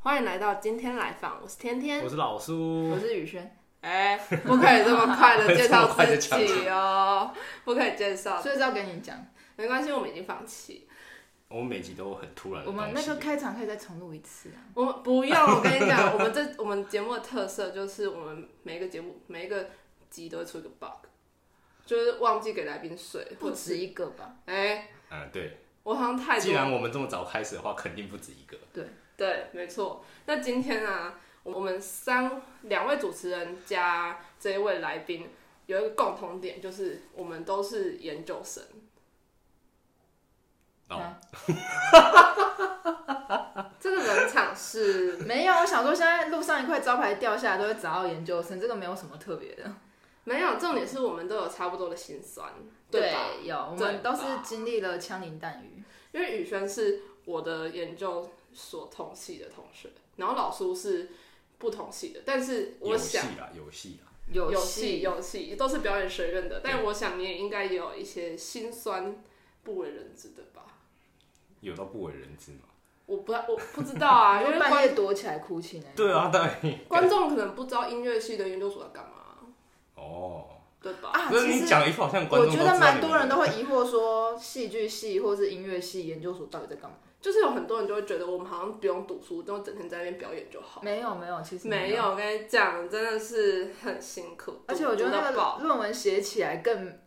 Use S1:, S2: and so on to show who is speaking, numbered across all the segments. S1: 欢迎来到今天来访，我是天天
S2: 我。是老苏
S3: 我，是宇轩，
S1: 哎、不可以这么快的介
S2: 这
S1: 绍
S2: 么快
S1: 自
S2: 就讲
S1: 己哦，不可以介绍，
S3: 所以是要跟你讲，
S1: 没关系，我们已经放弃。
S2: 我们每集都很突然的
S3: 我
S2: 东西。
S3: 们那个开场可以再重录一次啊。
S1: 我们不用，我跟你讲，我们这我们节目的特色就是我们每一个节目每一个集都会出一个 bug，就是忘记给来宾水，
S3: 不
S1: 或是
S3: 止一个吧？
S1: 哎、
S2: 嗯，对，
S1: 我好像太
S2: 既
S1: 多
S2: 然我们这么早开始的话，肯定不止一个。
S1: 对，没错。那今天啊，我们三两位主持人加这一位来宾有一个共同点，就是我们都是研究生。
S3: 啊
S2: 哦，
S1: 这个冷场是
S3: 没有，我想说现在路上一块招牌掉下来都会砸到研究生，这个没有什么特别的。
S1: 没有，重点是我们都有差不多的心酸，对吧？
S3: 有，我
S1: 对
S3: 们都是
S1: 吧
S3: 经历了枪林弹雨。
S1: 因为宇轩是我的研究所同系的同学，然后老苏是不同系的，但是我
S2: 有
S1: 想。
S2: 戏啦，有戏啦。
S3: 有
S1: 有戏
S3: 戏，
S1: 有戏都是表演学院的，但
S2: 对
S1: 我想你也应该也有一些心酸不为人知的吧？
S2: 有到不为人知
S3: 嗯
S2: 吗？
S1: 我不我不知道 啊，因为
S3: 半
S1: 观
S3: 夜躲起来哭泣呢。
S2: 对啊，对。
S1: 观众可能不知道音乐系的研究所在干嘛，
S2: 哦，
S1: 对吧？
S3: 啊，
S2: 不是
S3: 其
S2: 你
S3: 实
S2: 讲一副好像观
S3: 我
S2: 众都
S3: 觉
S2: 知道你
S3: 得
S2: 们
S3: 蛮多人都会疑惑说，戏剧系或是音乐系研究所到底在干嘛？
S1: 就是有很多人就会觉得我们好像不用读书，就整天在那边表演就好。
S3: 没有没有，其实
S1: 没有，我跟你讲，真的是很辛苦，
S3: 而且我觉得
S1: 读
S3: 那
S1: 到爆。
S3: 个论文写起来更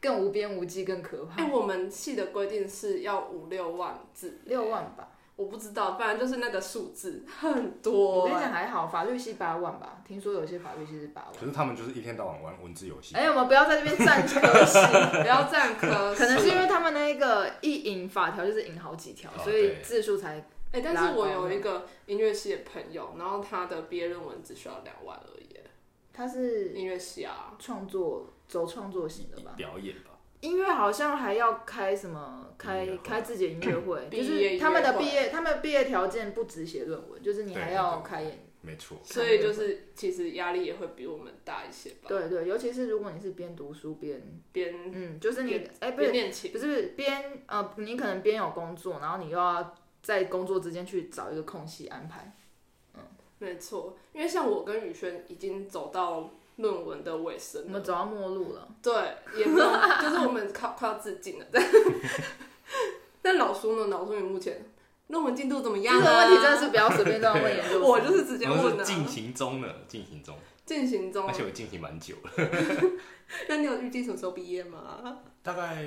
S3: 更无边无际，更可
S1: 哎、
S3: 怕。
S1: 我们系的规定是要五六万字，
S3: 六万吧，
S1: 我不知道，反正就是那个数字很多、
S3: 我跟你讲还好，法律系八万吧，听说有些法律系是八
S2: 可
S3: 万。
S2: 是他们就是一天到晚玩文字游戏。
S3: 哎、我们不要在这边站 科系，
S1: 不要这样科，
S3: 可能是因为他们那个一引法条就是引好几条，
S2: 哦
S3: 所以字数才
S1: 哎、但是我有一个音乐系的朋友，然后他的毕业论文只需要两万而已。
S3: 他是
S1: 音乐系啊，
S3: 创作走创作型的吧。
S2: 表演吧，
S3: 音乐好像还要开什么开
S2: 音乐会
S3: 开自己的音乐会，
S1: 毕业
S3: 就
S1: 音乐
S3: 是
S1: 会
S3: 他们的毕业，他们毕业条件不只写论文，就是你
S2: 对
S3: 还
S2: 对
S3: 要
S2: 对
S3: 开演。
S2: 没错。
S1: 所以就是其实压力也会比我们大一些吧。
S3: 对对，尤其是如果你是边读书边，
S1: 边
S3: 嗯，就是你哎、不
S1: 边
S3: 是
S1: 练琴，
S3: 不是边呃，你可能边有工作，然后你又要在工作之间去找一个空隙安排。
S1: 没错。因为像我跟宇轩已经走到论文的尾
S3: 我
S1: 声
S3: 们
S1: 了，
S3: 走到末路了，
S1: 对，也不用，就是我们快快要自尽了。但 但老苏呢？老苏，你目前论文进度怎么
S3: 这
S1: 样、
S3: 个
S1: 啊？
S3: 问题真的是不要随便乱问
S2: 啊
S3: 研究生。
S1: 我就是直接
S2: 我们
S1: 问
S3: 啊
S1: 的、啊
S2: 是进行中呢，进行中，
S1: 进行中
S2: 而。且我进行蛮久了，
S1: 那你有预计什么时候毕业吗？
S2: 大概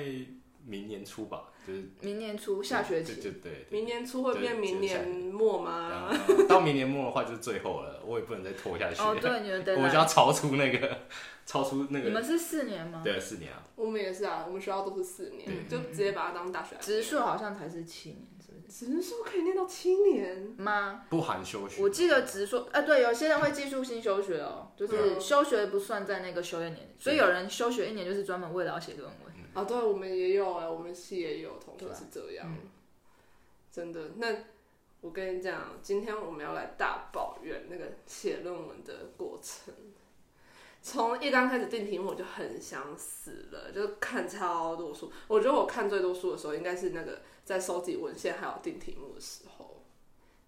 S2: 明年初吧，就是
S3: 明年初下学
S2: 对
S3: 期，
S2: 对对。对
S1: 明年初会变
S2: 对
S1: 明年末吗？
S2: 然后到明年末的话就是最后了，我也不能再拖下去了。
S3: 哦，对，你们
S2: 我们就要超出那个，超出那
S3: 你
S2: 个，
S3: 们是四年吗？
S2: 对，四年啊，
S1: 我们也是啊，我们学校都是四年，
S2: 嗯
S1: 就直接把它当大学来念。
S3: 植树好像才是七年，是不
S1: 植树可以念到七年。
S3: 是？吗？
S2: 不含休学。
S3: 我记得植树，哎、对，有些人会技术性休学哦，就
S1: 对
S3: 是休学不算在那个休业年，所以有人休学一年就是专门为了要写论文。
S1: 啊，对，我们也有哎、我们系也有同学
S3: 嗯对啊
S1: 是这样，真的。那我跟你讲，今天我们要来大抱怨那个写论文的过程。从一刚开始定题目我就很想死了，就是看超多书。我觉得我看最多书的时候，应该是那个在收集文献还有定题目的时候，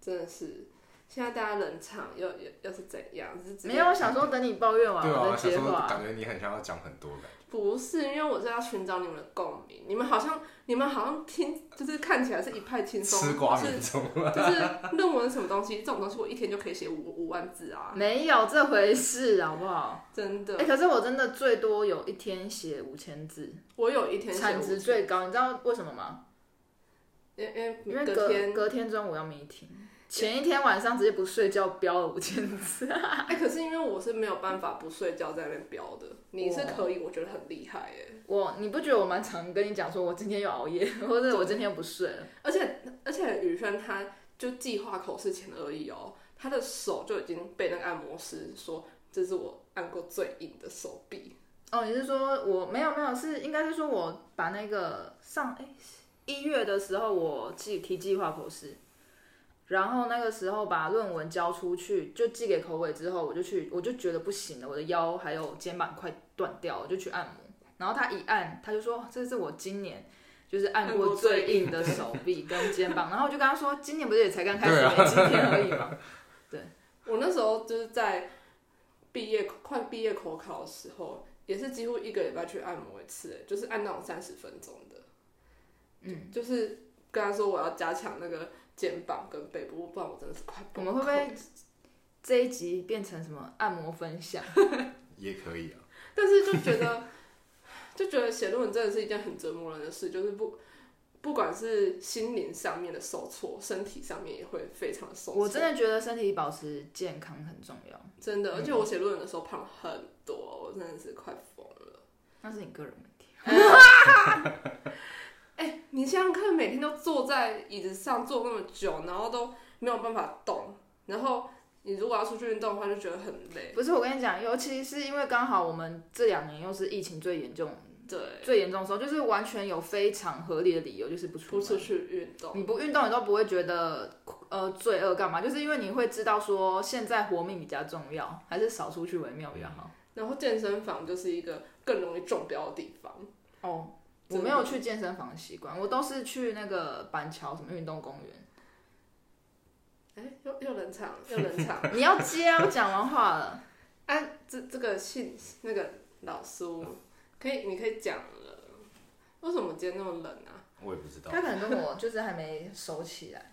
S1: 真的是。现在大家冷场又又又是怎样？是直接
S3: 没有，我想说等你抱怨完
S2: 对
S3: 我
S2: 啊，
S3: 再
S2: 想
S3: 接
S2: 说
S3: 话。
S2: 感觉你很想要讲很多的，
S1: 不是，因为我是要寻找你们的共鸣。你们好像，你们好像听，就是看起来是一派轻松，
S2: 吃瓜
S1: 就是
S2: 民众。
S1: 就是论文什么东西，这种东西我一天就可以写五五万字 啊，
S3: 没有这回事，好不好？
S1: 真
S3: 哎、
S1: 的。
S3: 可是我真的最多有一天写五千字，
S1: 我有一天写
S3: 产
S1: 五
S3: 值
S1: 千，
S3: 最高，你知道为什么吗？
S1: 因为
S3: 因为
S1: 隔
S3: 隔
S1: 天，
S3: 隔天中午要 meeting，前一天晚上直接不睡觉标了五 千字。
S1: 哎、可是因为我是没有办法不睡觉在那边标的，你是
S3: 哇
S1: 可以，我觉得很厉害欸耶。
S3: 我你不觉得我蛮常跟你讲说我今天又熬夜，或者我今天又不睡了？
S1: 而且而且宇轩他就计划口试前而已哦，他的手就已经被那个按摩师说这是我按过最硬的手臂。
S3: 哦，你是说我没有没有是应该是说我把那个上哎一月的时候我寄提计划口试，然后那个时候把论文交出去，就寄给口尾之后，我就去我就觉得不行了，我的腰还有肩膀快断掉了，我就去按摩。然后他一按，他就说这是我今年就是按过最硬 的手臂跟肩膀，然后我就跟他说，今年不是也才刚开始
S2: 对
S3: 吗
S2: 啊？
S3: 今天而已嘛。
S1: 我那时候就是在毕业快毕业口考的时候，也是几乎一个礼拜去按摩一次、欸就是按那种三十分钟的。嗯，就是跟他说我要加强那个肩膀跟背部，不然我真的是快
S3: 我
S1: 崩溃。
S3: 们会不会这一集变成什么按摩分享？
S2: 也可以啊。
S1: 但是就觉得， 就觉得写论文真的是一件很折磨人的事，就是不不管是心灵上面的受挫，身体上面也会非常的受挫。
S3: 我真嗯的觉得身体保持健康很重要，
S1: 真的，而且我写论文的时候胖了很多，我真的是快疯了。
S3: 那是你个人问题。
S1: 哎、你想想看，每天都坐在椅子上坐那么久，然后都没有办法动，然后你如果要出去运动的话，就觉得很累。
S3: 不是我跟你讲，尤其是因为刚好我们这两年又是疫情最严重、
S1: 对，
S3: 最严重的时候，就是完全有非常合理的理由，就是不出
S1: 不出
S3: 门。
S1: 去运动，
S3: 你不运动，你都不会觉得呃罪恶干嘛？就是因为你会知道说现在活命比较重要，还是少出去为妙比较好。
S1: 然后健身房就是一个更容易中标的地方。
S3: 哦，我
S1: 真的
S3: 没有去健身房的习惯，我都是去那个板桥什么运动公园。
S1: 哎、又又冷场，又冷 场。
S3: 你要接啊！我讲完话 了。
S1: 哎、这这个姓那个老苏，可以，你可以讲了。为什么今天那么冷啊？
S2: 我也不 知道
S3: 他，可能跟我就是还没熟起来，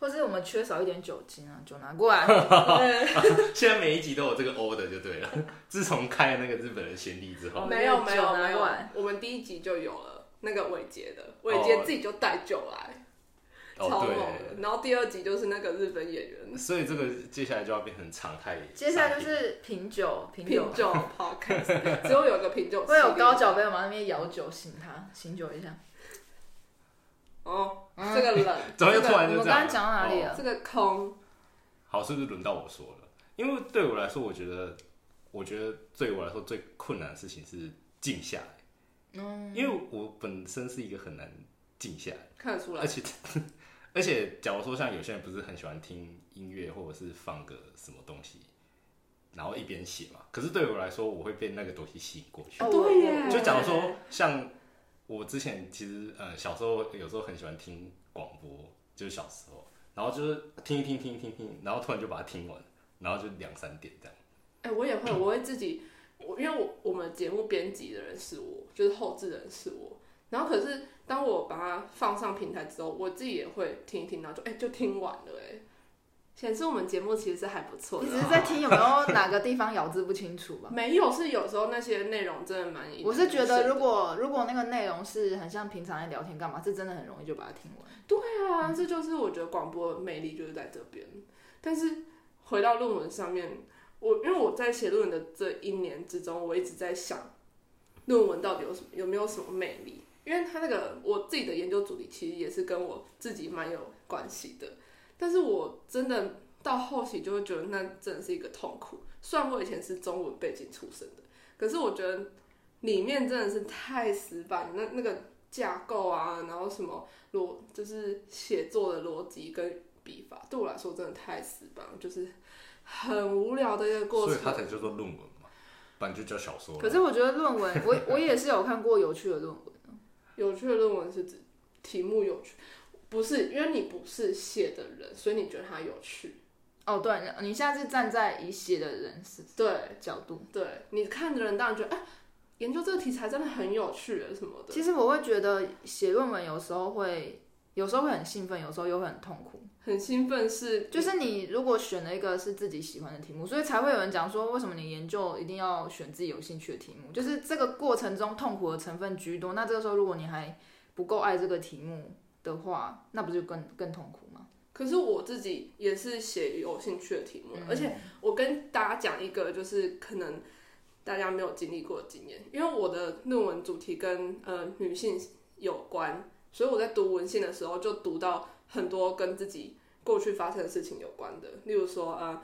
S3: 或是我们缺少一点酒精啊，酒拿过来。
S2: 现在每一集都有这个 order 就对了。 自从开了那个日本的先例之后，
S3: 哦
S1: 没有没有
S3: 酒拿
S1: 没有
S3: 过来，
S1: 我们第一集就有了那个伟杰的，伟杰自己就带酒来，超
S2: 哦
S1: 猛的。然后第二集就是那个日本演员
S2: 对，所以这个接下来就要变成常态。
S3: 接下来就是品酒，品酒
S1: 品酒 podcast，只有有个品酒系
S3: 会
S1: 列，
S3: 有高脚杯往那边舀酒醒他，醒酒一下。
S1: 哦，这个冷，
S2: 怎么
S1: 这
S2: 又突
S1: 个
S2: 然
S3: 我
S2: 就
S3: 们
S2: 这样？
S3: 刚刚讲到哪里
S2: 哦
S3: 了？
S1: 这个空，
S2: 好，是不是轮到我说了？因为对我来说，我觉得，我觉得对我来说最困难的事情是静下来。嗯，因为我本身是一个很难静下来，
S1: 看得出来
S2: 而，且 而且，假如说像有些人不是很喜欢听音乐，或者是放个什么东西，然后一边写嘛。可是对我来说，我会被那个东西吸引过去。
S3: 哦
S1: 对
S3: 我
S1: 耶
S2: 就假如说，像我之前其实呃小时候有时候很喜欢听广播，就是小时候，然后就是听一听听一听听，然后突然就把它听完，然后就两三点这样。
S1: 哎、我也会，我会自己，我因为我我们节目编辑的人是我，就是后置的人是我。然后可是当我把它放上平台之后，我自己也会听一听，然后就哎、就听完了哎、显示我们节目其实是还不错
S3: 你
S1: 的
S3: 只。是在听有没有哪个地方咬字不清楚 吧？
S1: 没有是有时候那些内容真的蛮引人深刻，
S3: 我是觉得，如果如果那个内容是很像平常在聊天干嘛，是真的很容易就把它听完。
S1: 对啊，这就是我觉得广播的魅力就是在这边。但是回到论文上面，我因为我在写论文的这一年之中，我一直在想论文到底有什么有没有什么魅力？因为它那个我自己的研究主题其实也是跟我自己蛮有关系的，但是我真的到后期就会觉得那真的是一个痛苦。虽然我以前是中文背景出身的，可是我觉得里面真的是太死板，那那个架构啊，然后什么逻就是写作的逻辑跟笔法，对我来说真的太死板，就是很无聊的一个过
S2: 所
S1: 程
S2: 以。它才叫做论文嘛，不然就叫小说了。
S3: 可是我觉得论文，我我也是有看过有趣的论文。
S1: 有趣的论文是指题目有趣，不是因为你不是写的人，所以你觉得它有趣。
S3: 哦，对，你现在是站在已写的人是
S1: 对
S3: 角度。
S1: 对，你看的人当然觉得，哎、研究这个题材真的很有趣什么的，
S3: 其实我会觉得写论文有时候会，有时候会很兴奋，有时候又会很痛苦。
S1: 很兴奋是
S3: 就是你如果选了一个是自己喜欢的题目，所以才会有人讲说，为什么你研究一定要选自己有兴趣的题目？就是这个过程中痛苦的成分居多。那这个时候如果你还不够爱这个题目的话，那不就更更痛苦吗？
S1: 可是我自己也是写有兴趣的题目，而且我跟大家讲一个，就是可能大家没有经历过的经验，因为我的论文主题跟呃女性有关，所以我在读文献的时候就读到很多跟自己过去发生的事情有关的，例如说呃。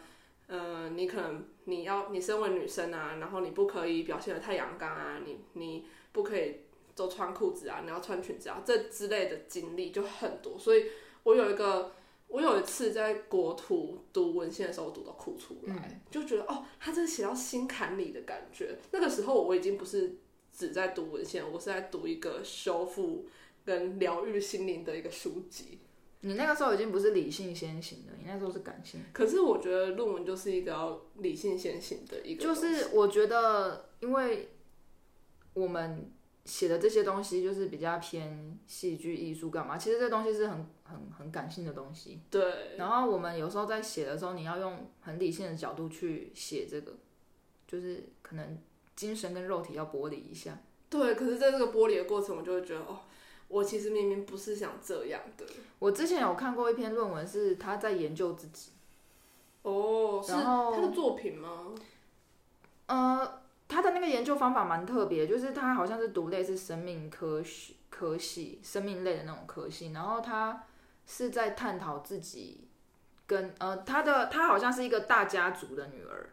S1: 呃，你可能你要你身为女生啊，然后你不可以表现的太阳刚啊，你你不可以都穿裤子啊，你要穿裙子啊，这之类的经历就很多，所以我有一个我有一次在国图读文献的时候读到哭出来，
S3: 嗯
S1: 就觉得哦，他真的写到心坎里的感觉。那个时候我已经不是只在读文献，我是在读一个修复跟疗愈心灵的一个书籍。
S3: 你那个时候已经不是理性先行了，你那时候是感性。
S1: 可是我觉得论文就是一个要理性先行的一个
S3: 就
S1: 东西，
S3: 是我觉得，因为我们写的这些东西就是比较偏戏剧艺术干嘛，其实这东西是很很很感性的东西。
S1: 对，
S3: 然后我们有时候在写的时候，你要用很理性的角度去写这个，就是可能精神跟肉体要剥离一下。
S1: 对，可是在这个剥离的过程，我就会觉得哦，我其实明明不是想这样的
S3: 我之前有看过一篇论文，是他在研究自己，
S1: 哦，是
S3: 然后
S1: 他的作品吗？
S3: 呃，他的那个研究方法蛮特别，就是他好像是读类似生命科学科系、生命类的那种科系，然后他是在探讨自己跟呃他的他好像是一个大家族的女儿，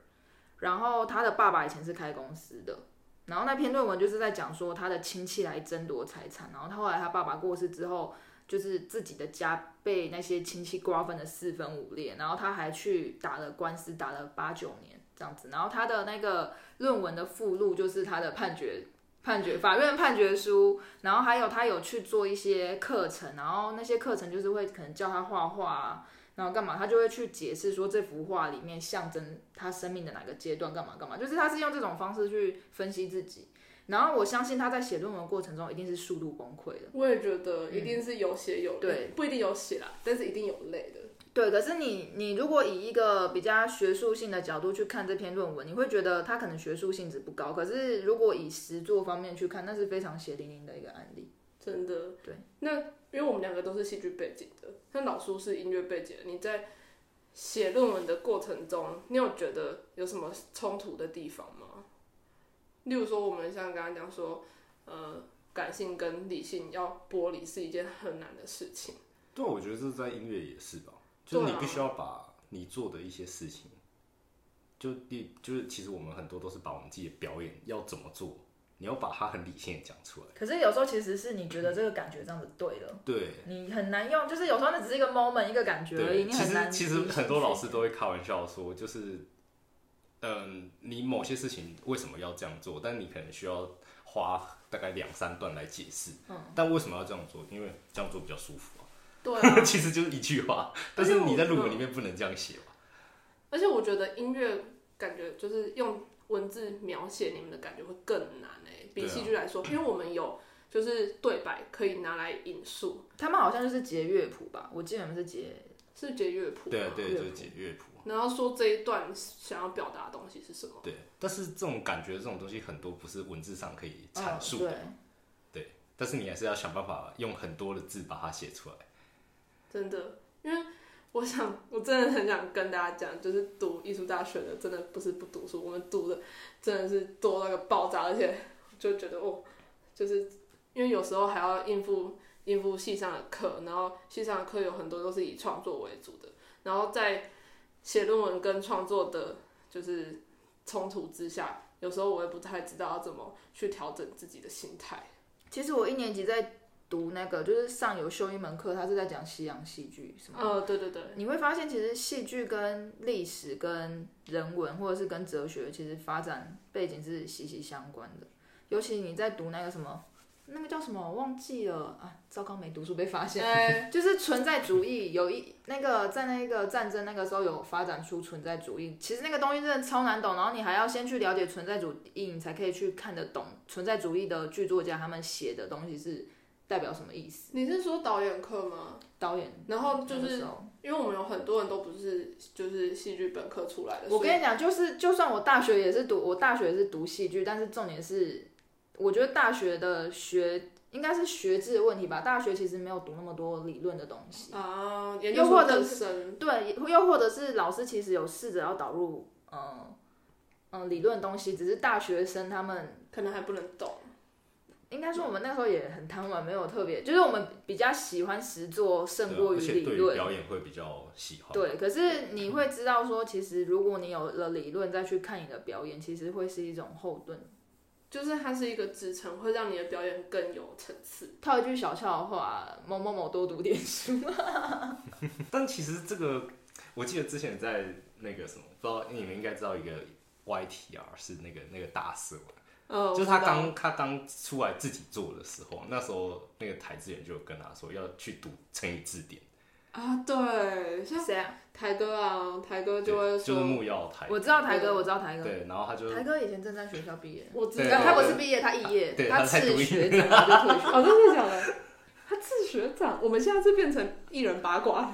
S3: 然后他的爸爸以前是开公司的。然后那篇论文就是在讲说他的亲戚来争夺财产，然后他后来他爸爸过世之后，就是自己的家被那些亲戚瓜分的四分五裂，然后他还去打了官司，打了八九年这样子。然后他的那个论文的附录就是他的判决判决法院判决书，然后还有他有去做一些课程，然后那些课程就是会可能教他画画啊。然后干嘛，他就会去解释说这幅画里面象征他生命的哪个阶段，干嘛干嘛，就是他是用这种方式去分析自己。然后我相信他在写论文过程中一定是速度崩溃的，
S1: 我也觉得一定是有血有泪，
S3: 对
S1: 不一定有血啦，但是一定有泪的。
S3: 对，可是你你如果以一个比较学术性的角度去看这篇论文，你会觉得它可能学术性质不高，可是如果以实作方面去看，那是非常血淋淋的一个案例。
S1: 真的，
S3: 对。
S1: 那因为我们两个都是戏剧背景的，那老叔是音乐背景的，你在写论文的过程中，你有觉得有什么冲突的地方吗？例如说，我们像刚刚讲说，呃，感性跟理性要剥离是一件很难的事情。
S2: 对，啊我觉得这在音乐也是吧，就是
S1: 对啊
S2: 你必须要把你做的一些事情，就你就是其实我们很多都是把我们自己的表演要怎么做，你要把它很理性的讲出来。
S3: 可是有时候其实是你觉得这个感觉这样子对了，
S2: 对，
S3: 你很难用，就是有时候那只是一个 moment 一个感觉而
S2: 对，
S3: 已，你
S2: 其
S3: 很
S2: 实
S3: 难
S2: 其
S3: 理
S2: 实
S3: 性去。
S2: 很多老师都会开玩笑说，就是，嗯，你某些事情为什么要这样做，但你可能需要花大概两三段来解释。
S3: 嗯
S2: 但为什么要这样做？因为这样做比较舒服啊。，
S1: 对啊
S2: 其实就是一句话，
S1: 而
S2: 但
S1: 且
S2: 是
S1: 我
S2: 你在论
S3: 嗯
S2: 文里面不能这样写吧？
S1: 而且我觉得音乐感觉就是用文字描写你们的感觉会更难诶、比
S2: 对啊
S1: 戏剧来说，因为我们有就是对白可以拿来引述，
S3: 他们好像就是截乐谱吧，我记得你们是截
S1: 是解乐谱吗，
S2: 对啊对，
S3: 乐
S2: 就是
S3: 谱
S2: 解乐谱。
S1: 然后说这一段想要表达的东西是什么？
S2: 对，但是这种感觉，这种东西很多不是文字上可以阐述
S3: 嗯
S2: 的，
S3: 对
S2: 对。但是你还是要想办法用很多的字把它写出来。
S1: 真的，因为我想，我真的很想跟大家讲，就是读艺术大学的，真的不是不读书，我们读的真的是多那个爆炸，而且就觉得哦，就是因为有时候还要应付应付系上的课，然后系上的课有很多都是以创作为主的，然后在写论文跟创作的，就是冲突之下，有时候我也不太知道要怎么去调整自己的心态。
S3: 其实我一年级在读那个，就是上有修一门课，他是在讲西洋戏剧什么的。
S1: 呃，对对对，
S3: 你会发现，其实戏剧跟历史、跟人文，或者是跟哲学，其实发展背景是息息相关的。尤其你在读那个什么，那个叫什么，我忘记了啊，糟糕，没读书被发现。
S1: 哎，
S3: 就是存在主义有一那个在那个战争那个时候有发展出存在主义，其实那个东西真的超难懂，然后你还要先去了解存在主义，你才可以去看得懂存在主义的剧作家他们写的东西是代表什么意思。
S1: 你是说导演课吗？
S3: 导演，
S1: 然后就
S3: 那个
S1: 是
S3: 时候
S1: 因为我们有很多人都不是就是戏剧本科出
S2: 呃
S1: 来的，
S3: 我
S1: 所以
S3: 跟你讲，就是就算我大学也是读，我大学也是读戏剧，但是重点是，我觉得大学的学应该是学制的问题吧。大学其实没有读那么多理论的东西，
S2: 哦
S1: 啊，研究
S3: 又
S1: 所
S3: 或者
S1: 更
S3: 是
S1: 深，
S3: 对，又或者是老师其实有试着要导入，嗯嗯，理论的东西，只是大学生他们。
S1: 可能还不能懂。
S3: 应该说，我们那时候也很贪玩，没有特别，就是我们比较喜欢实作胜
S2: 对啊
S3: 过于
S2: 而且
S3: 理
S2: 对嗯于
S3: 论。
S2: 表演会比较喜欢。
S3: 对，可是你会知道说，其实如果你有了理论，再去看你的表演，其实会是一种后盾。
S1: 就是它是一个支撑，会让你的表演更有层次。
S3: 套一句小笑话，某某某多读点书。
S2: 但其实这个，我记得之前在那个什么，不知道你们应该知道一个 YTR 是那个那个大蛇丸，
S1: 呃，
S2: 就是他
S1: 我知道
S2: 刚他刚出来自己做的时候，那时候那个台资源就有跟他说要去读成语字典，
S1: 啊，对，像
S3: 谁啊？
S1: 台哥啊，台哥就会
S2: 对就是
S1: 说，
S2: 木曜台，
S3: 我知道台哥，我知道台哥，
S2: 对，然后他就
S3: 台哥以前正在学校毕业，呃
S1: 我知
S2: 对
S1: 道，
S3: 但他不
S2: 对
S3: 是毕业，他肄业，
S2: 对
S3: 他
S2: 他才
S3: 自
S2: 读
S3: 学成 然 后就
S1: 哦，真的
S3: 退学。
S1: 假的？他自学长，我们现在是变成艺人八 卦了。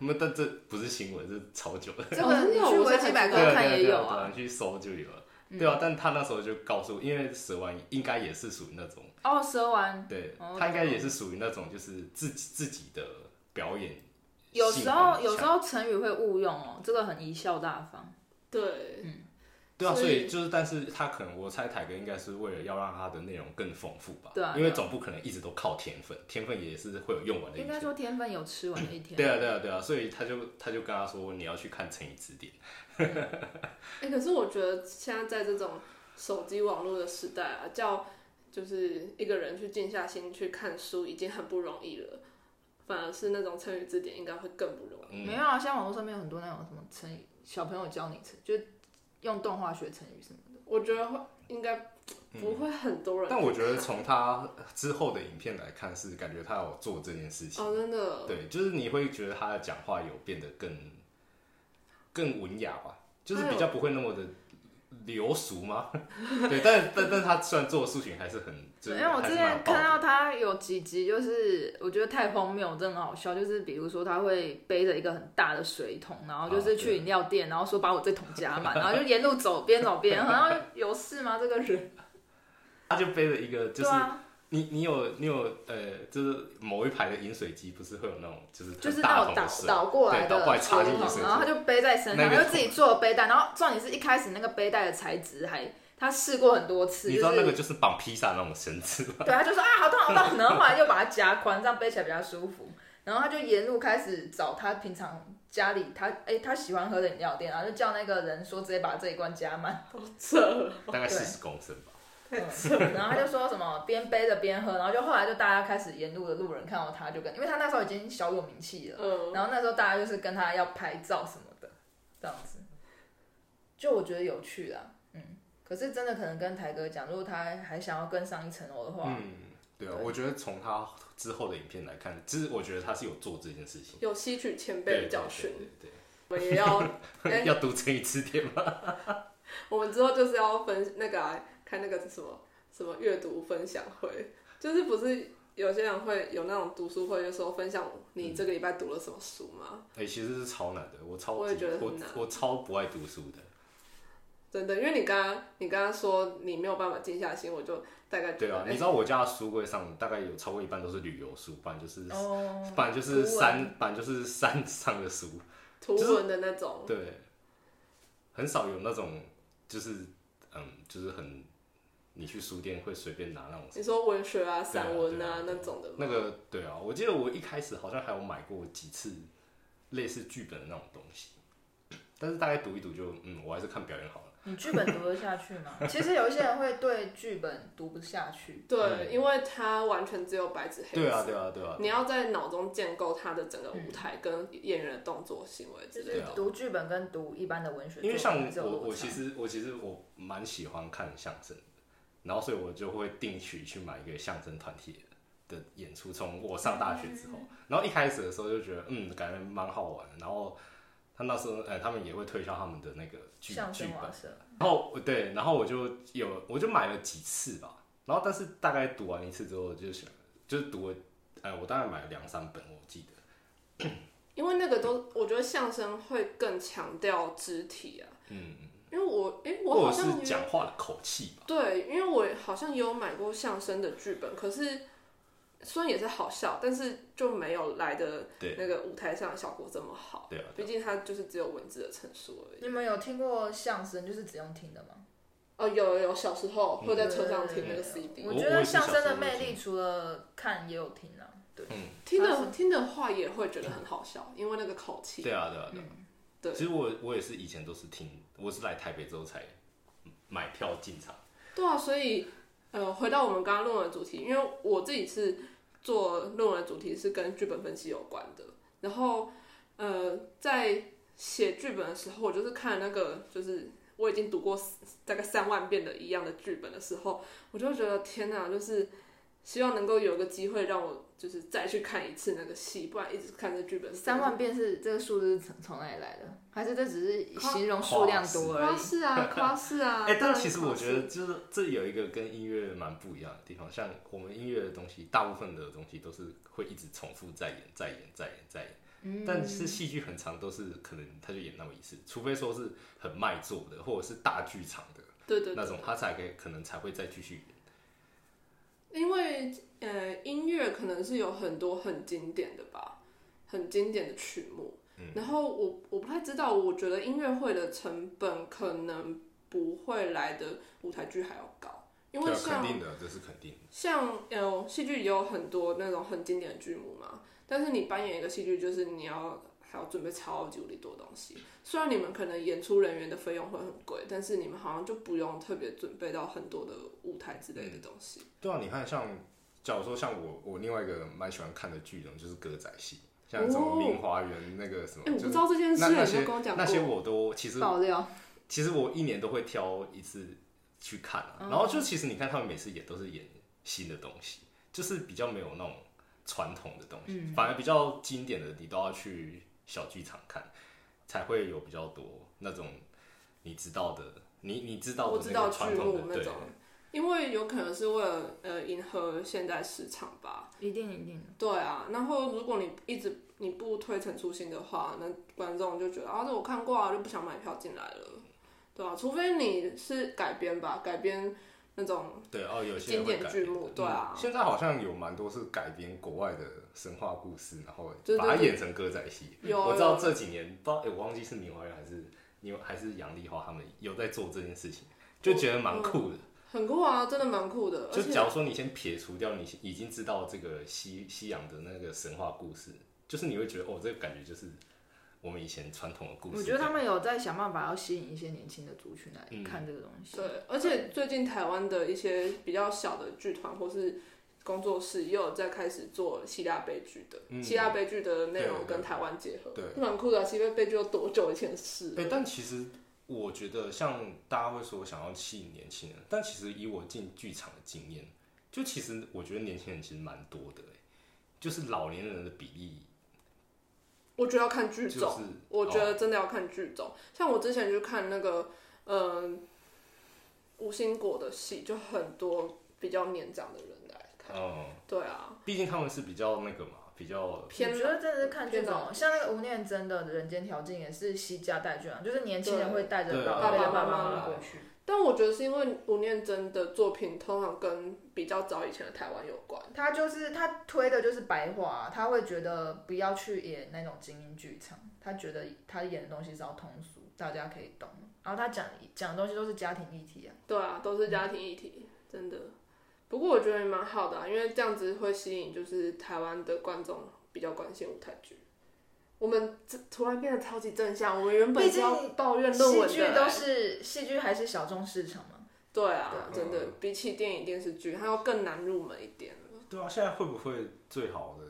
S2: 那但这不是新闻，这是超久了，
S3: 这个你去维基百科
S2: 对啊对
S3: 看
S2: 啊
S3: 也
S2: 对
S3: 有
S2: 啊对
S3: 啊。
S2: 啊，
S3: 嗯
S2: 去搜就有了，对啊，但他那时候就告诉，因为蛇丸应该也是属于那种，
S3: 哦，蛇丸
S2: 对
S3: 哦
S2: 他应该也是属于那种就是自己自己的表演性很强，
S3: 有时候有时候成语会误用哦，这个很贻笑大方。
S1: 对，
S2: 对啊，
S1: 所
S2: 所
S1: 以
S2: 以就是，但是他可能我猜台哥应该是为了要让他的内容更丰富吧，
S3: 对啊
S2: 因为
S3: 对啊
S2: 总不可能一直都靠天分，天分也是会有用完的一
S3: 应该
S2: 天。
S3: 说天分有吃完的一天。
S2: 对啊，对啊，对啊，所以他就他就跟他说你要去看成语字典，
S1: 哎、可是我觉得现在在这种手机网络的时代啊，叫就是一个人去静下心去看书已经很不容易了，反而是那种成语字典应该会更不容易。
S2: 嗯，
S3: 没有啊，现在网络上面有很多那种什么成语，小朋友教你成，就是用动画学成语什么的。
S1: 我觉得会应该不会很多人去看、
S2: 嗯但我觉得从他之后的影片来看，是感觉他有做这件事情，
S1: 哦，真的，
S2: 对，就是你会觉得他的讲话有变得更更文雅吧，就是比较不会那么的流俗吗？ 对，但但但他虽然做的事情还是很，就
S3: 因
S2: 是
S3: 为我
S2: 还
S3: 之
S2: 是蛮有
S3: 前
S2: 道理。
S3: 看到他有几集，就是我觉得太荒谬，真的很好笑。就是比如说他会背着一个很大的水桶，然后就是
S2: 啊
S3: 去
S2: 对
S3: 饮料店，然后说把我这桶加 满，然后就沿路走边走边，然后有事吗？这个人？
S2: 他就背了一个就
S3: 对
S2: 是
S3: 啊，
S2: 你你有你有呃，就是某一排的饮水机不是会有那种就是很
S3: 就是
S2: 大
S3: 那
S2: 桶
S3: 种
S2: 的
S3: 倒
S2: 水，
S3: 倒过来
S2: 对倒
S3: 的
S2: 过来插进
S3: 水
S2: 去
S3: 桶
S2: 水
S3: 然后他
S2: 中，
S3: 就背在身上，
S2: 那个
S3: 他就自己做背带，然后重点是一开始那个背带的材质还。他试过很多次，
S2: 你
S3: 就
S2: 知
S3: 是
S2: 道那个就是绑披萨那种绳子吗？
S3: 对，他就说啊，好痛好痛，然后后来又把它夹宽，这样背起来比较舒服。 然后他就沿路开始找他平常家里他哎、他喜欢喝的饮料店，然后就叫那个人说直接把这一罐加满，
S1: 好扯，
S2: 大概
S3: 对
S2: 四十公升吧。
S3: 嗯然后他就说什么边背着边喝，然后就后来就大家开始沿路的路人看到他就跟，因为他那时候已经小有名气了，
S1: 嗯，
S3: 然后那时候大家就是跟他要拍照什么的，这样子，就我觉得有趣啦，嗯。可是真的可能跟台哥讲，如果他还想要更上一层楼的话，
S2: 嗯，对啊，
S3: 对
S2: 我觉得从他之后的影片来看，其实我觉得他是有做这件事情，
S1: 有吸取前辈
S2: 对
S1: 的
S2: 对
S1: 教训，
S2: 对
S1: 我们也要，
S2: 对
S1: 哎
S2: 对，要读成语词典吗？
S1: 我们之后就是要分那个、啊、看那个什么什么阅读分享会，就是不是有些人会有那种读书会，就说分享你这个礼拜读了什么书吗？
S2: 哎，其实是超难的，我超
S1: 我也觉得很
S2: 我
S1: 难
S2: 我超不爱读书的。
S1: 真的，因为你刚刚你刚刚说你没有办法静下心，我就大概觉
S2: 对
S1: 得哎
S2: 啊，你知道我家的书柜上大概有超过一半都是旅游书，不然就是
S3: 哦，
S2: 不然就是
S3: 图文
S2: 山，不然就是山上的书。
S1: 图文的那种，
S2: 对，很少有那种就是嗯，就是很你去书店会随便拿那种
S1: 你说文学啊、
S2: 对啊
S1: 散文
S2: 对啊
S1: 那种的吗，
S2: 那个对啊，我记得我一开始好像还有买过几次类似剧本的那种东西，但是大概读一读就嗯，我还是看表演好了。
S3: 你剧本读得下去吗？其实有一些人会对剧本读不下去，
S1: 对，因为它完全只有白纸黑字，
S2: 嗯对啊，对啊，对啊，
S1: 你要在脑中建构它的整个舞台跟演员的动作行为之
S3: 就
S1: 类的。
S3: 是
S2: 啊
S3: 读剧本跟读一般的文学作品
S2: 因为像
S3: 是有
S2: 我，
S3: 落
S2: 我
S3: 差
S2: 其实我其实我蛮喜欢看相声的，然后所以我就会定期去买一个相声团体的演出。从我上大学之后，
S3: 嗯
S2: 然后一开始的时候就觉得嗯，感觉蛮好玩的。然后他那时候，呃，他们也会推销他们的那个剧
S3: 相
S2: 剧
S3: 声
S2: 本
S3: 瓦，舍，
S2: 然后对，然后我就有我就买了几次吧，然后但是大概读完一次之后就想，就是读了，哎、我大概买了两三本，我记得。
S1: 因为那个都，我觉得相声会更强调肢体啊。
S2: 嗯，
S1: 因为我，哎、我
S2: 或
S1: 好
S2: 者
S1: 像
S2: 是
S1: 也
S2: 讲话的口气吧，
S1: 对，因为我好像也有买过相声的剧本，可是虽然也是好笑，但是就没有来的
S2: 对
S1: 那个舞台上的效果这么好。
S2: 对啊，
S1: 毕竟它就是只有文字的陈述而已。
S3: 你们有听过相声就是只用听的吗？
S1: 哦，有有有，小时候会在车上听
S3: 对
S1: 那个
S3: 我
S1: CD，
S3: 觉
S2: 我我
S3: 得
S2: 也是小
S3: 相
S2: 时候
S3: 声的
S2: 就
S3: 魅
S2: 听
S3: 力除了看也有听啊，对，
S1: 听
S3: 它
S1: 的听的话也会觉得很好笑，因为那个口气。
S2: 对啊，对啊，对啊。
S1: 嗯对
S2: 其实我我也是以前都是听，我是来台北之后才买票进场。
S1: 对啊，所以呃，回到我们刚刚论文的主题，因为我自己是做论文的主题是跟剧本分析有关的，然后呃，在写剧本的时候，我就是看那个就是我已经读过大概三万遍的一样的剧本的时候，我就会觉得天哪，就是希望能够有个机会让我就是再去看一次那个戏，不然一直看这剧本
S3: 三万遍是这个数字是从从哪里来的？还是这只是形容数量多而
S1: 夸
S3: 已？
S1: 饰啊，夸饰啊。
S2: 哎、
S1: 当
S2: 但
S1: 然
S2: 其实我
S1: 夸饰
S2: 觉得就是这有一个跟音乐蛮不一样的地方，像我们音乐的东西，大部分的东西都是会一直重复再演、再演、再演、再演。
S1: 嗯
S2: 但是戏剧很长都是可能他就演那么一次，除非说是很卖座的，或者是大剧场的
S1: 对对
S2: 那
S1: 对，
S2: 种，他才可以可能才会再继续演。
S1: 因为呃，音乐可能是有很多很经典的吧，很经典的曲目。然后我我不太知道，我觉得音乐会的成本可能不会来的舞台剧还要高，因为
S2: 对啊
S1: 像
S2: 肯定的，这是肯定的。
S1: 像呃戏剧也有很多那种很经典的剧目嘛，但是你扮演一个戏剧，就是你要还要准备超级无敌多东西。虽然你们可能演出人员的费用会很贵，但是你们好像就不用特别准备到很多的舞台之类的东西。
S2: 对啊，你看像，假如说像我，我另外一个蛮喜欢看的剧种就是歌仔戏，像什么《明华园》那个什么，
S1: 哦哎、我不
S2: 就是
S1: 知道这件事，
S2: 那
S1: 你
S2: 那
S1: 有没
S2: 些
S1: 有跟我讲
S2: 那些
S1: 过？哦
S2: 我都其实
S3: 爆料，
S2: 其实我一年都会挑一次去看啊，然后
S1: 哦
S2: 就其实你看他们每次演都是演新的东西，就是比较没有那种传统的东
S1: 嗯
S2: 西，反而比较经典的你都要去小剧场看，才会有比较多那种你知道的，你你知道
S1: 我
S2: 的
S1: 知
S2: 那
S1: 道
S2: 个
S1: 剧
S2: 传
S1: 目
S2: 统的
S1: 那
S2: 对
S1: 种，因为有可能是为了呃迎合现在市场吧。
S3: 一定一定。
S1: 对啊，然后如果你一直你不推陈出新的话，那观众就觉得啊，这我看过啊，就不想买票进来了。对啊，除非你是改编吧，改编那种
S2: 对哦，有些
S1: 经
S2: 人会
S1: 典
S2: 改
S1: 剧
S2: 编
S1: 目
S2: 的，
S1: 对啊
S2: 嗯现在好像有蛮多是改编国外的神话故事，然后
S1: 对对
S2: 把它
S1: 对
S2: 演成歌仔戏。
S1: 有
S2: 我知道
S1: 有
S2: 这几年，不知道哎、我忘记是明华园还是你还是杨丽花他们有在做这件事情，就觉得蛮酷的。
S1: 很酷啊，真的蛮酷的。而
S2: 就
S1: 且
S2: 假如说你先撇除掉你已经知道这个西西洋的那个神话故事，就是你会觉得哦，这个感觉就是我们以前传统的故事。
S3: 我觉得他们有在想办法要吸引一些年轻的族群来看这个东西。
S1: 对，而且最近台湾的一些比较小的剧团或是工作室，也有在开始做希腊悲剧的，
S2: 嗯
S1: 希腊悲剧的内
S2: 对
S1: 容
S2: 对
S1: 跟台湾结合，
S2: 对
S1: 是蛮酷的啊、希腊悲剧有多久以前的事
S2: 哎、
S1: 了？
S2: 但其实我觉得，像大家会说想要吸引年轻人，但其实以我进剧场的经验，就其实我觉得年轻人其实蛮多的、欸，就是老年人的比例
S1: 我觉得要看剧
S2: 就是
S1: 种，我觉
S2: 哦
S1: 得真的要看剧种。像我之前去看那个，嗯、吴兴国的戏，就很多比较年长的人来看。
S2: 嗯，
S1: 对啊，
S2: 毕竟他们是比较那个嘛，比较
S1: 偏
S3: 我觉得真的是看这
S1: 偏
S3: 种，像那个吴念真的《人间条件》也是惜家带眷啊，就是年轻人
S1: 对
S3: 会带着
S2: 对啊
S3: 老
S2: 爸
S3: 爸
S1: 爸
S3: 爸
S1: 妈
S3: 妈
S1: 妈
S3: 过去。
S1: 但我觉得是因为吴念真的作品通常跟比较早以前的台湾有关。
S3: 他就是他推的就是白话啊、他会觉得不要去演那种精英剧场，他觉得他演的东西是要通俗，大家可以懂。然后他讲讲的东西都是家庭议题啊，
S1: 对啊，都是家庭议题，真的。不过我觉得也蛮好的、啊，因为这样子会吸引就是台湾的观众比较关心舞台剧。我们这突然变得超级正向，我们原本
S3: 毕
S1: 是
S3: 竟
S1: 要抱怨论
S3: 戏
S1: 文的
S3: 剧
S1: 欸、
S3: 都是戏剧还是小众市场嘛，
S1: 对啊，
S2: 对
S1: 真的比起电影电视剧，它要更难入门一点了。
S2: 对啊。现在会不会最好的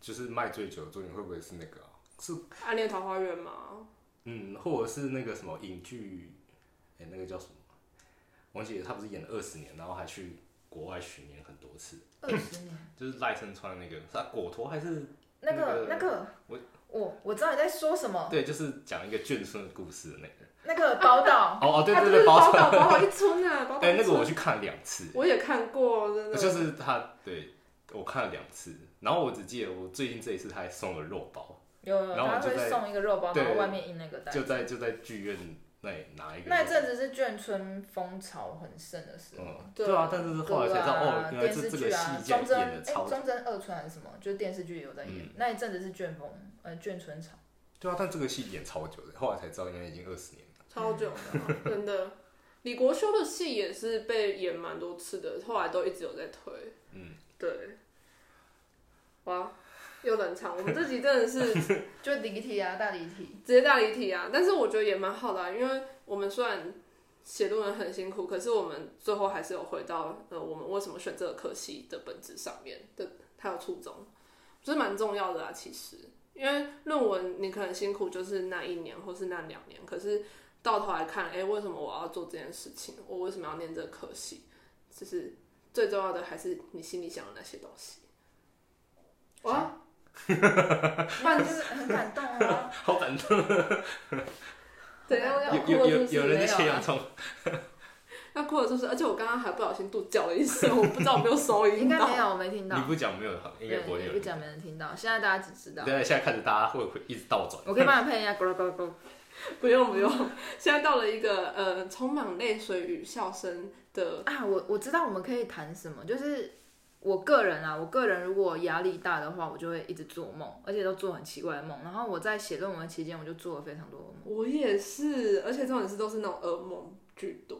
S2: 就是卖最久的作品会不会是那个啊、是
S1: 暗恋桃花源嘛，
S2: 嗯，或者是那个什么影剧，哎、那个叫什么？王姐她不是演了二十年，然后还去国外巡演很多次。
S3: 二十年。
S2: 就是赖声川那个，他果陀还是
S3: 那个
S2: 那
S3: 那个，
S2: 我
S3: 我我知道你在说什么，
S2: 对，就是讲一个眷村的故事的那个。
S3: 那个 宝岛，
S2: 哦哦，对
S1: 它
S2: 对
S1: 就是
S2: 对，
S1: 宝
S2: 包
S1: 岛宝岛一村啊，宝岛
S2: 哎，
S1: 一
S2: 那个我
S1: 村，
S2: 去看两次，
S1: 我也看过，真的。
S2: 就是他对我看了两次，然后我只记得我最近这一次他还送了肉包，
S3: 有有，
S2: 然后
S3: 他
S2: 我就
S3: 会
S2: 在
S3: 送一个肉包，
S2: 对
S3: 然后外面印那个袋
S2: 就
S3: 子。
S2: 在就在剧院那里拿一个肉包。
S3: 那一阵子是眷村风潮很盛的时候，
S2: 嗯，
S1: 对
S2: 对啊，但是后来才知道
S3: 啊
S2: 哦，原来
S3: 电
S2: 是
S3: 视
S2: 这
S3: 剧
S2: 个戏
S3: 啊，
S2: 竟
S3: 忠
S2: 然
S3: 贞
S2: 演的
S3: 哎，
S2: 超嗯级。
S3: 忠贞二传还是什么，就是电视剧有在演，那一阵子是眷风，呃，眷村潮。
S2: 对啊，但这个戏演超久的，后来才知道原来已经二十年了。
S1: 超久的，真的。李国修的戏也是被演蛮多次的，后来都一直有在推。
S2: 嗯，
S1: 对。哇，又冷场，我们这集真的是直
S3: 就离题啊，大离题。
S1: 接大离题啊！但是我觉得也蛮好的、啊，因为我们虽然写论文很辛苦，可是我们最后还是有回到呃，我们为什么选这个科系的本质上面的，还有初衷，这蛮重要的啊。其实，因为论文你可能辛苦就是那一年或是那两年，可是到头来看，哎、为什么我要做这件事情？我为什么要念这个科系？就是最重要的还是你心里想的那些东西。
S3: 哇，不然就是很感动 啊。
S2: 好感动，
S1: 怎样要
S2: 有
S1: 哭
S2: 有
S1: 了是
S2: 有
S1: 不是？
S2: 有人在切
S3: 没有啊
S2: 洋葱，
S1: 要哭了是不是？而且我刚刚还不小心肚叫了一声，我不知道有没有 收音
S3: 应该
S1: 到。
S3: 没有，我没听到
S2: 你。不讲没有人，应该不会
S3: 对，
S2: 有
S3: 你不
S2: 人。
S3: 讲没人听到，现在大家只知道
S2: 等。一下现在看着大家会会一直倒转，
S3: 我可以帮你配一下，咕噜咕噜咕噜。
S1: 不用不用， 现在到了一个呃充满泪水与笑声的，
S3: 啊，我我知道我们可以谈什么，就是我个人啊，我个人如果压力大的话，我就会一直做梦，而且都做很奇怪的梦。然后我在写论文期间，我就做了非常多的梦。
S1: 我也是，而且这种是都是那种噩梦居多。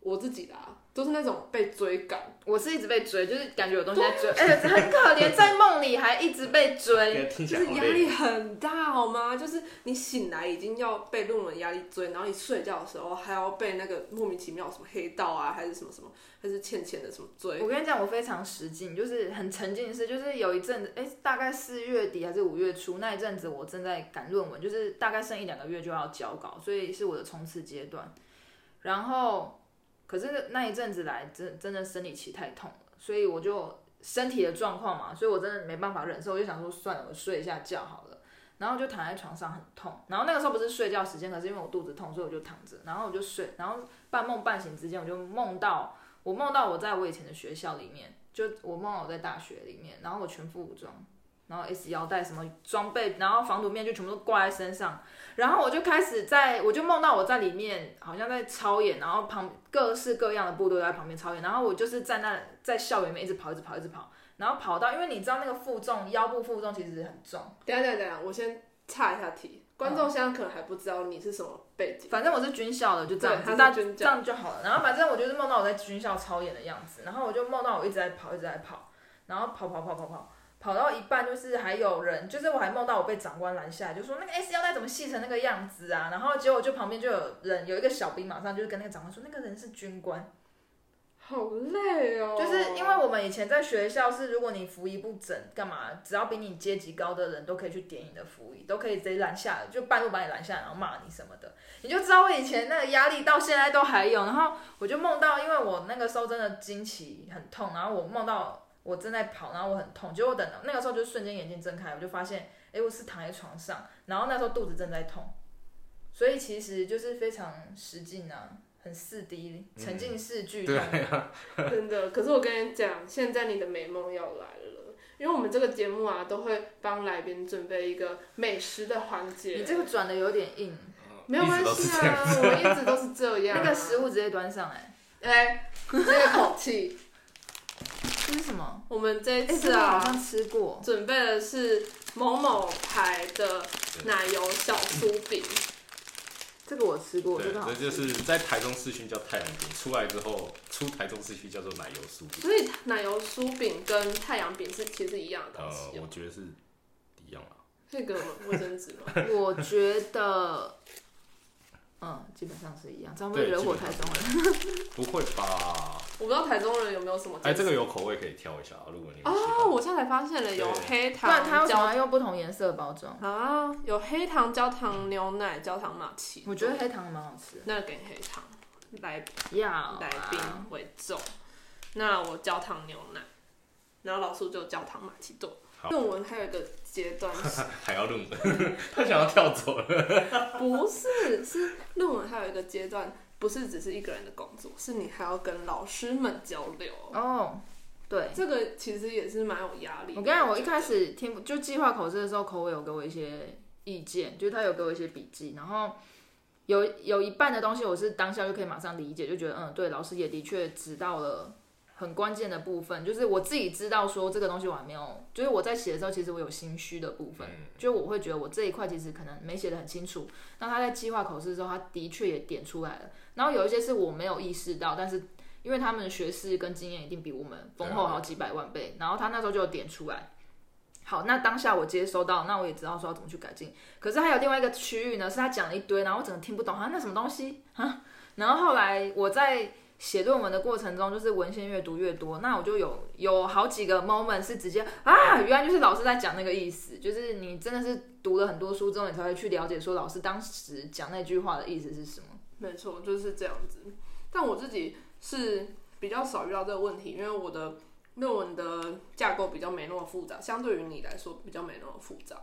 S1: 我自己啦，都是那种被追赶，
S3: 我是一直被追，就是感觉有东西在追，而且很可怜，在梦里还一直被
S2: 应该
S3: 追。
S2: 听起
S1: 就
S2: 来
S1: 是
S2: 好
S1: 压
S2: 累。啊
S1: 力很大，好吗？就是你醒来已经要被论文压力追，然后你睡觉的时候还要被那个莫名其妙什么黑道啊，还是什么什么，还是欠欠的什么追，
S3: 我跟你讲，我非常实境，就是很沉浸式，就是有一阵子，哎、大概四月底还是五月初那一阵子，我正在赶论文，就是大概剩一两个月就要交稿，所以是我的冲刺阶段。然后，可是那一阵子来，真真的生理期太痛了，所以我就身体的状况嘛，所以我真的没办法忍受，我就想说算了，我睡一下觉好了。然后就躺在床上很痛，然后那个时候不是睡觉时间，可是因为我肚子痛，所以我就躺着，然后我就睡，然后半梦半醒之间，我就梦到我梦到我在我以前的学校里面，就我梦到我在大学里面，然后我全副武装，然后 S 腰带什么装备，然后防毒面具全部都挂在身上，然后我就开始在，我就梦到我在里面好像在操演，然后旁各式各样的部队都在旁边操演，然后我就是在那在校园里面一直跑，一直跑，一直跑，然后跑到，因为你知道那个负重腰部负重其实很重，
S1: 等一下等一下等一下，我先岔一下题，观众现在可能还不知道你是什么背景，
S3: 反正我是军校的，就这样
S1: 对
S3: 子，
S1: 他
S3: 大
S1: 是军
S3: 这
S1: 校
S3: 样就好了。然后反正我就是梦到我在军校操演的样子，然后我就梦到我一直在跑，一直在跑，然后跑跑跑跑跑，跑到一半就是还有人，就是我还梦到我被长官拦下来，就说那个 S 腰带怎么系成那个样子啊？然后结果就旁边就有人有一个小兵，马上就是跟那个长官说那个人是军官。
S1: 好累哦，
S3: 就是因为我们以前在学校是，如果你服役不整，干嘛？只要比你阶级高的人都可以去点你的服役，都可以直接拦下来，就半路把你拦下来，然后骂你什么的。你就知道我以前那个压力到现在都还有。然后我就梦到，因为我那个时候真的惊奇很痛，然后我梦到我正在跑，然后我很痛，结果等到那个时候就瞬间眼睛睁开，我就发现，诶，我是躺在床上，然后那时候肚子正在痛，所以其实就是非常实劲啊，很四 D 沉浸式剧痛。
S2: 对啊，
S1: 真的，可是我跟你讲，现在你的美梦要来了，因为我们这个节目啊，都会帮来宾准备一个美食的环节。
S3: 你这个转的有点硬，
S1: 没有关
S2: 一直都是
S1: 系
S2: 这样
S1: 啊，我们一直都是这样啊、
S3: 那个食物直接端上来，
S1: 哎，那个口气，
S3: 这是什么？
S1: 我们这一
S3: 哎、
S1: 次
S3: 这个好
S1: 啊，
S3: 像吃过，
S1: 准备的是某某牌的奶油小酥饼，
S3: 这个我吃过，这
S2: 对，
S3: 个好
S2: 这
S3: 像
S2: 就是在台中市区叫太阳饼，出来之后出台中市区叫做奶油酥饼。
S1: 所以奶油酥饼跟太阳饼是其实是一样的东
S2: 呃，
S1: 西、
S2: 我
S1: 哦。
S2: 觉得是一样啦。啊
S1: 这个卫生纸吗？
S3: 我觉得，嗯，基本上是一样，这样会
S2: 对
S3: 惹火
S2: 基
S3: 台
S2: 本
S3: 中人。
S2: 不会吧？
S1: 我不知道台中人有没有什么。
S2: 哎，这个有口味可以挑一下，啊如果你们喜
S1: 哦，
S2: 欢。
S1: 我现在才发现了，有
S2: 对
S1: 黑
S3: 不然它
S1: 糖
S3: 为什么
S1: 焦
S3: 要用不同颜色的包装？
S1: 啊，有黑糖焦糖牛奶、焦糖玛奇朵，
S3: 我觉得黑糖蛮好吃
S1: 那给黑糖来
S3: 的，要啊
S1: 来宾为重，那我焦糖牛奶，然后老苏就焦糖玛奇朵。
S2: 好
S1: 论文还有一个阶段是，
S2: 还要论文， 他想要跳走了。
S1: 不是是论文还有一个阶段，不是只是一个人的工作，是你还要跟老师们交流。
S3: 哦，对。
S1: 这个其实也是蛮有压力的。
S3: 我跟你讲，我一开始听不就计划口试的时候，口尾有给我一些意见，就是他有给我一些笔记，然后有有一半的东西我是当下就可以马上理解，就觉得嗯，对，老师也的确指到了很关键的部分，就是我自己知道说这个东西我还没有，就是我在写的时候，其实我有心虚的部分，就我会觉得我这一块其实可能没写的很清楚。那他在计划口试的时候，他的确也点出来了，然后有一些是我没有意识到，但是因为他们的学识跟经验一定比我们丰厚好几百万倍，然后他那时候就有点出来。好，那当下我接收到，那我也知道说要怎么去改进。可是还有另外一个区域呢，是他讲了一堆，然后我整个听不懂，啊，那什么东西啊？然后后来我在写论文的过程中，就是文献越读越多，那我就有有好几个 moment 是直接啊，原来就是老师在讲那个意思，就是你真的是读了很多书之后，你才会去了解说老师当时讲那句话的意思是什么。
S1: 没错，就是这样子。但我自己是比较少遇到这个问题，因为我的论文的架构比较没那么复杂，相对于你来说比较没那么复杂。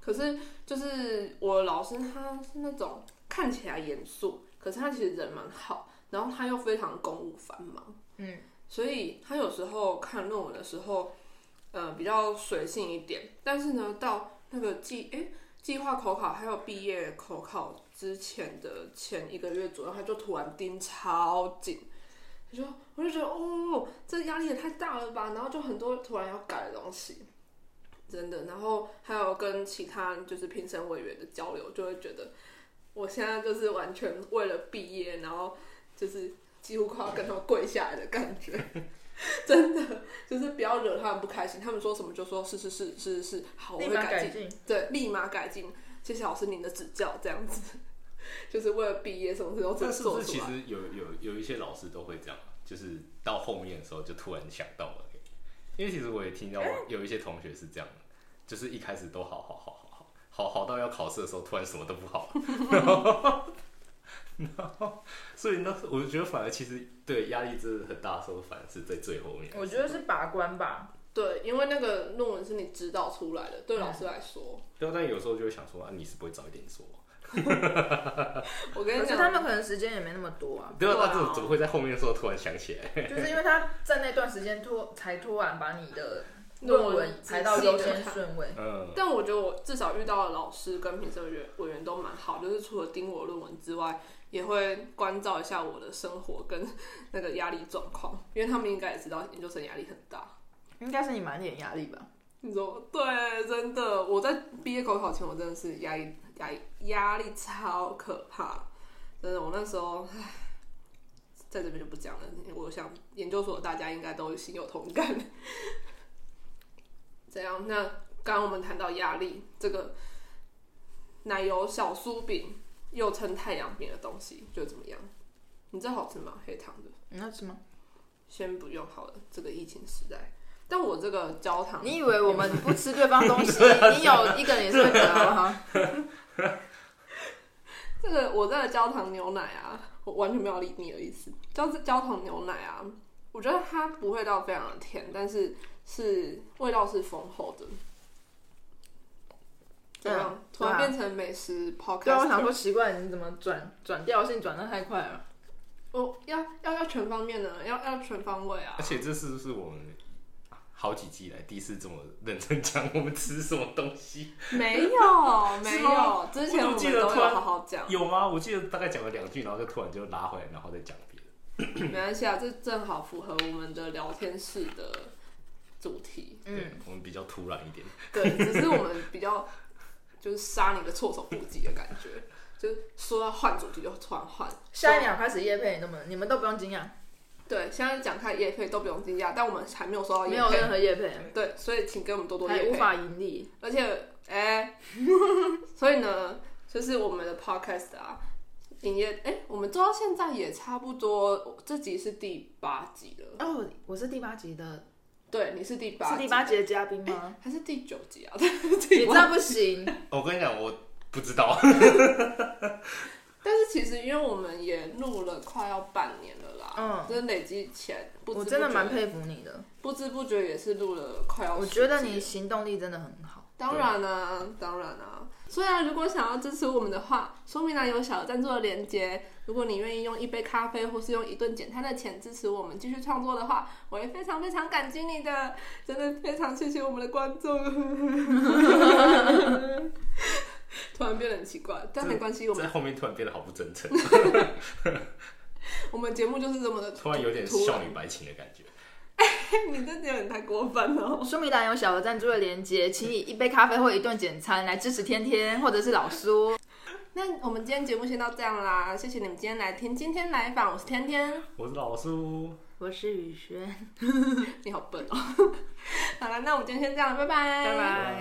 S1: 可是就是我的老师他是那种看起来严肃，可是他其实人蛮好，然后他又非常公务繁忙，
S3: 嗯，
S1: 所以他有时候看论文的时候，呃，比较随性一点。但是呢，到那个计诶计划口考还有毕业口考之前的前一个月左右，他就突然盯超紧。他说，我就觉得哦，这压力也太大了吧，然后就很多突然要改的东西，真的。然后还有跟其他就是评审委员的交流，就会觉得我现在就是完全为了毕业，然后就是几乎快要跟他们跪下来的感觉。 真的就是不要惹他们不开心，他们说什么就说是是是是是，好，我
S3: 立
S1: 会
S3: 马
S1: 改进
S3: 改。进。
S1: 对，立马改进。谢谢老师您的指教，这样子， 就是为了毕业什么事都做
S2: 但是不
S1: 做
S2: 是
S1: 出
S2: 其
S1: 来。
S2: 实有有有一些老师都会这样，就是到后面的时候就突然想到了，因为其实我也听到有一些同学是这样的，就是一开始都好好好好好好好到要考试的时候，突然什么都不好，然后然后所以那我就觉得反而其实对压力真的很大的时候，反而是在最后面。
S3: 我觉得是把关吧，
S1: 对，因为那个论文是你指导出来的，对老师来 说，
S2: 对啊，但有时候就会想说啊，你是不会早一点说，
S1: 我跟
S3: 可
S1: 你
S3: 是
S1: 讲，
S3: 他们可能时间也没那么多啊，
S2: 对啊，
S1: 对啊
S2: 那怎么怎么会在后面的时候突然想起来？
S3: 就是因为他在那段时间突才突然把你的
S1: 论
S3: 论文
S1: 文
S3: 排到
S1: 仔细
S3: 优
S1: 地
S3: 先
S1: 看
S3: 顺位。
S2: 嗯，
S1: 但我觉得我至少遇到的老师跟评审委员委员都蛮好，就是除了盯我论文之外，也会关照一下我的生活跟那个压力状况，因为他们应该也知道研究生压力很大。
S3: 应该是你满脸压力吧？
S1: 你说对，真的，我在毕业口考前，我真的是压力压力压力超可怕，真的，我那时候，唉，在这边就不讲了。我想研究所大家应该都心有同感。怎样？那刚刚我们谈到压力这个奶油小酥饼，又称太阳饼的东西，就怎么样？你知道好吃吗？黑糖的，
S3: 你要吃吗？
S1: 先不用好了。这个疫情时代，但我这个焦糖，
S3: 你以为我们不吃对方东西，你有一个人也是会得好不好？
S1: 这个我这个焦糖牛奶啊，我完全没有理你的意思。焦焦糖牛奶啊，我觉得它不会到非常的甜，但是是味道是丰厚的。怎么样？突然
S3: 对啊
S1: 变成美食抛开。
S3: 对啊，我想说奇怪，你怎么转转调性转的太快了？
S1: 我要要要全方面的，要要全方位啊
S2: 而！且这是不是我们好几季以来第一次这么认真讲我们吃什么东西？
S1: 没 有没
S2: 是
S1: 有
S2: 吗，
S1: 之前我们都
S2: 我怎么记得
S1: 有
S2: 突然
S1: 好好
S3: 嗯
S1: 讲，
S2: 有吗？我记得大概讲了两句，然后就突然就拉回来，然后再讲别的。
S1: 没关系啊，这正好符合我们的聊天室的主题。
S3: 嗯
S2: 对，我们比较突然一点。
S1: 对，只是我们比较就是杀你个措手不及的感觉，就是说要换主题就突然换。
S3: 下一秒开始夜配，你都们你们都不用惊讶，
S1: 对，现在讲开业配都不用惊讶，但我们还没有收到
S3: 没
S1: 业
S3: 有
S1: 配
S3: 任，何哦夜配，
S1: 对，所以请给我们多多
S3: 还
S1: 业
S3: 无
S1: 配。
S3: 法盈利。
S1: 而且，哎、 所以呢，就是我们的 podcast 啊，营业，哎、我们做到现在也差不多，这集是第八集了。
S3: 哦，我是第八集的，
S1: 对，你是第八
S3: 是第八集的嘉宾吗？
S1: 还是第九集啊？
S3: 你这样不 行，
S2: 哦我跟你讲，我不知道。
S1: 但是其实因为我们也录了快要半年了啦，
S3: 嗯
S1: 就是累积前，不知
S3: 我
S1: 不
S3: 真的
S1: 觉
S3: 蛮佩服你的，
S1: 不知不觉也是录了快要，
S3: 我觉得你。行动力真的很好。
S1: 当然啦、当然啦、所以啊，如果想要支持我们的话，说明栏有小额赞助的连接。如果你愿意用一杯咖啡或是用一顿简餐的钱支持我们继续创作的话，我会非常非常感激你的。真的非常谢谢我们的观 众。突然变得很奇怪，但没关系，我们
S2: 在后面突然变得好不真诚，
S1: 我们节目就是这么的
S2: 突然有点
S1: 突
S2: 少女白情的感觉。
S1: 你这有点太过分了。
S3: 说明栏有小额赞助的连接，请以一杯咖啡或一顿简餐来支持天天或者是老苏。
S1: 那我们今天节目先到这样啦，谢谢你们今天来听。今天来访我是天天，
S2: 我是老苏，
S3: 我是雨轩，
S1: 你好笨哦。好了，那我们今天先这样，拜拜，
S3: 拜拜。